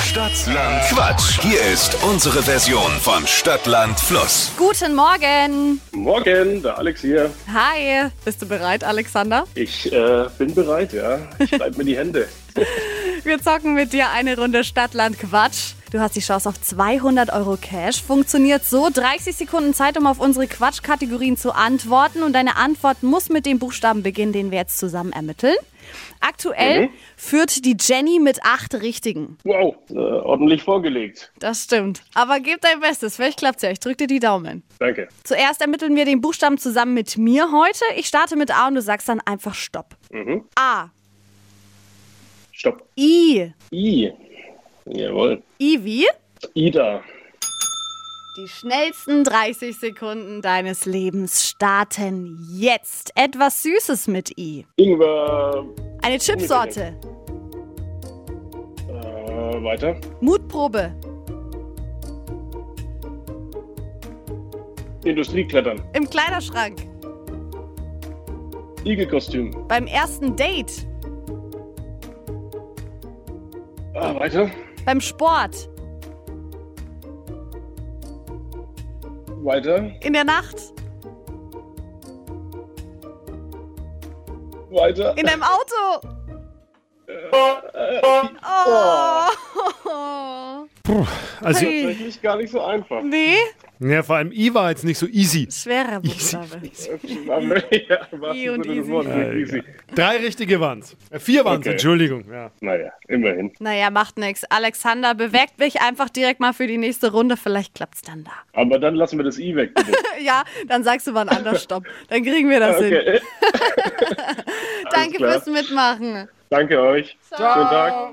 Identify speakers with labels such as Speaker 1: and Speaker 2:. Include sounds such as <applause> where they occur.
Speaker 1: Stadtland Quatsch. Hier ist unsere Version von Stadtland Fluss.
Speaker 2: Guten Morgen.
Speaker 3: Morgen, der Alex hier.
Speaker 2: Hi. Bist du bereit, Alexander?
Speaker 3: Ich äh, bin bereit, ja. Ich bleib mir die Hände.
Speaker 2: Wir zocken mit dir eine Runde Stadtland Quatsch. Du hast die Chance auf 200 Euro Cash. Funktioniert so: 30 Sekunden Zeit, um auf unsere Quatschkategorien zu antworten. Und deine Antwort muss mit dem Buchstaben beginnen, den wir jetzt zusammen ermitteln. Aktuell führt die Jenny mit acht Richtigen.
Speaker 3: <laughs> Wow, äh, ordentlich vorgelegt.
Speaker 2: Das stimmt. Aber gib dein Bestes. Vielleicht klappt's ja. Ich drück dir die Daumen.
Speaker 3: Danke.
Speaker 2: Zuerst ermitteln wir den Buchstaben zusammen mit mir heute. Ich starte mit A und du sagst dann einfach Stopp. A.
Speaker 3: Stopp.
Speaker 2: I.
Speaker 3: I. Jawohl.
Speaker 2: I wie?
Speaker 3: Ida.
Speaker 2: Die schnellsten 30 Sekunden deines Lebens starten jetzt. Etwas Süßes mit I.
Speaker 3: Ingwer.
Speaker 2: Eine Chipsorte.
Speaker 3: Äh, weiter.
Speaker 2: Mutprobe.
Speaker 3: Industrieklettern.
Speaker 2: Im Kleiderschrank.
Speaker 3: Igelkostüm.
Speaker 2: Beim ersten Date.
Speaker 3: Ah, weiter.
Speaker 2: Beim Sport.
Speaker 3: Weiter.
Speaker 2: In der Nacht.
Speaker 3: Weiter.
Speaker 2: In deinem Auto. Oh.
Speaker 4: Also,
Speaker 2: Hey.
Speaker 3: Wirklich gar nicht so einfach.
Speaker 2: <laughs>
Speaker 3: <laughs>
Speaker 2: Nee.
Speaker 4: ja, vor allem I war jetzt nicht so easy.
Speaker 2: Schwerer Buchstabe.
Speaker 3: Aber, ja, was
Speaker 2: I
Speaker 3: <laughs>
Speaker 2: und easy.
Speaker 3: Wort, easy.
Speaker 4: Drei richtige waren's. Äh, vier waren's,
Speaker 3: Okay.
Speaker 4: Entschuldigung. Ja.
Speaker 3: Naja, immerhin.
Speaker 2: Naja, macht nix. Alexander, bewegt mich einfach direkt mal für die nächste Runde. Vielleicht klappt's dann da.
Speaker 3: Aber dann lassen wir das I
Speaker 2: <laughs>
Speaker 3: weg, bitte.
Speaker 2: Ja, dann sagst du wann anders Stopp. Dann kriegen wir das hin.
Speaker 3: Okay.
Speaker 2: Danke
Speaker 3: klar.
Speaker 2: fürs Mitmachen.
Speaker 3: Danke euch. Schönen Tag.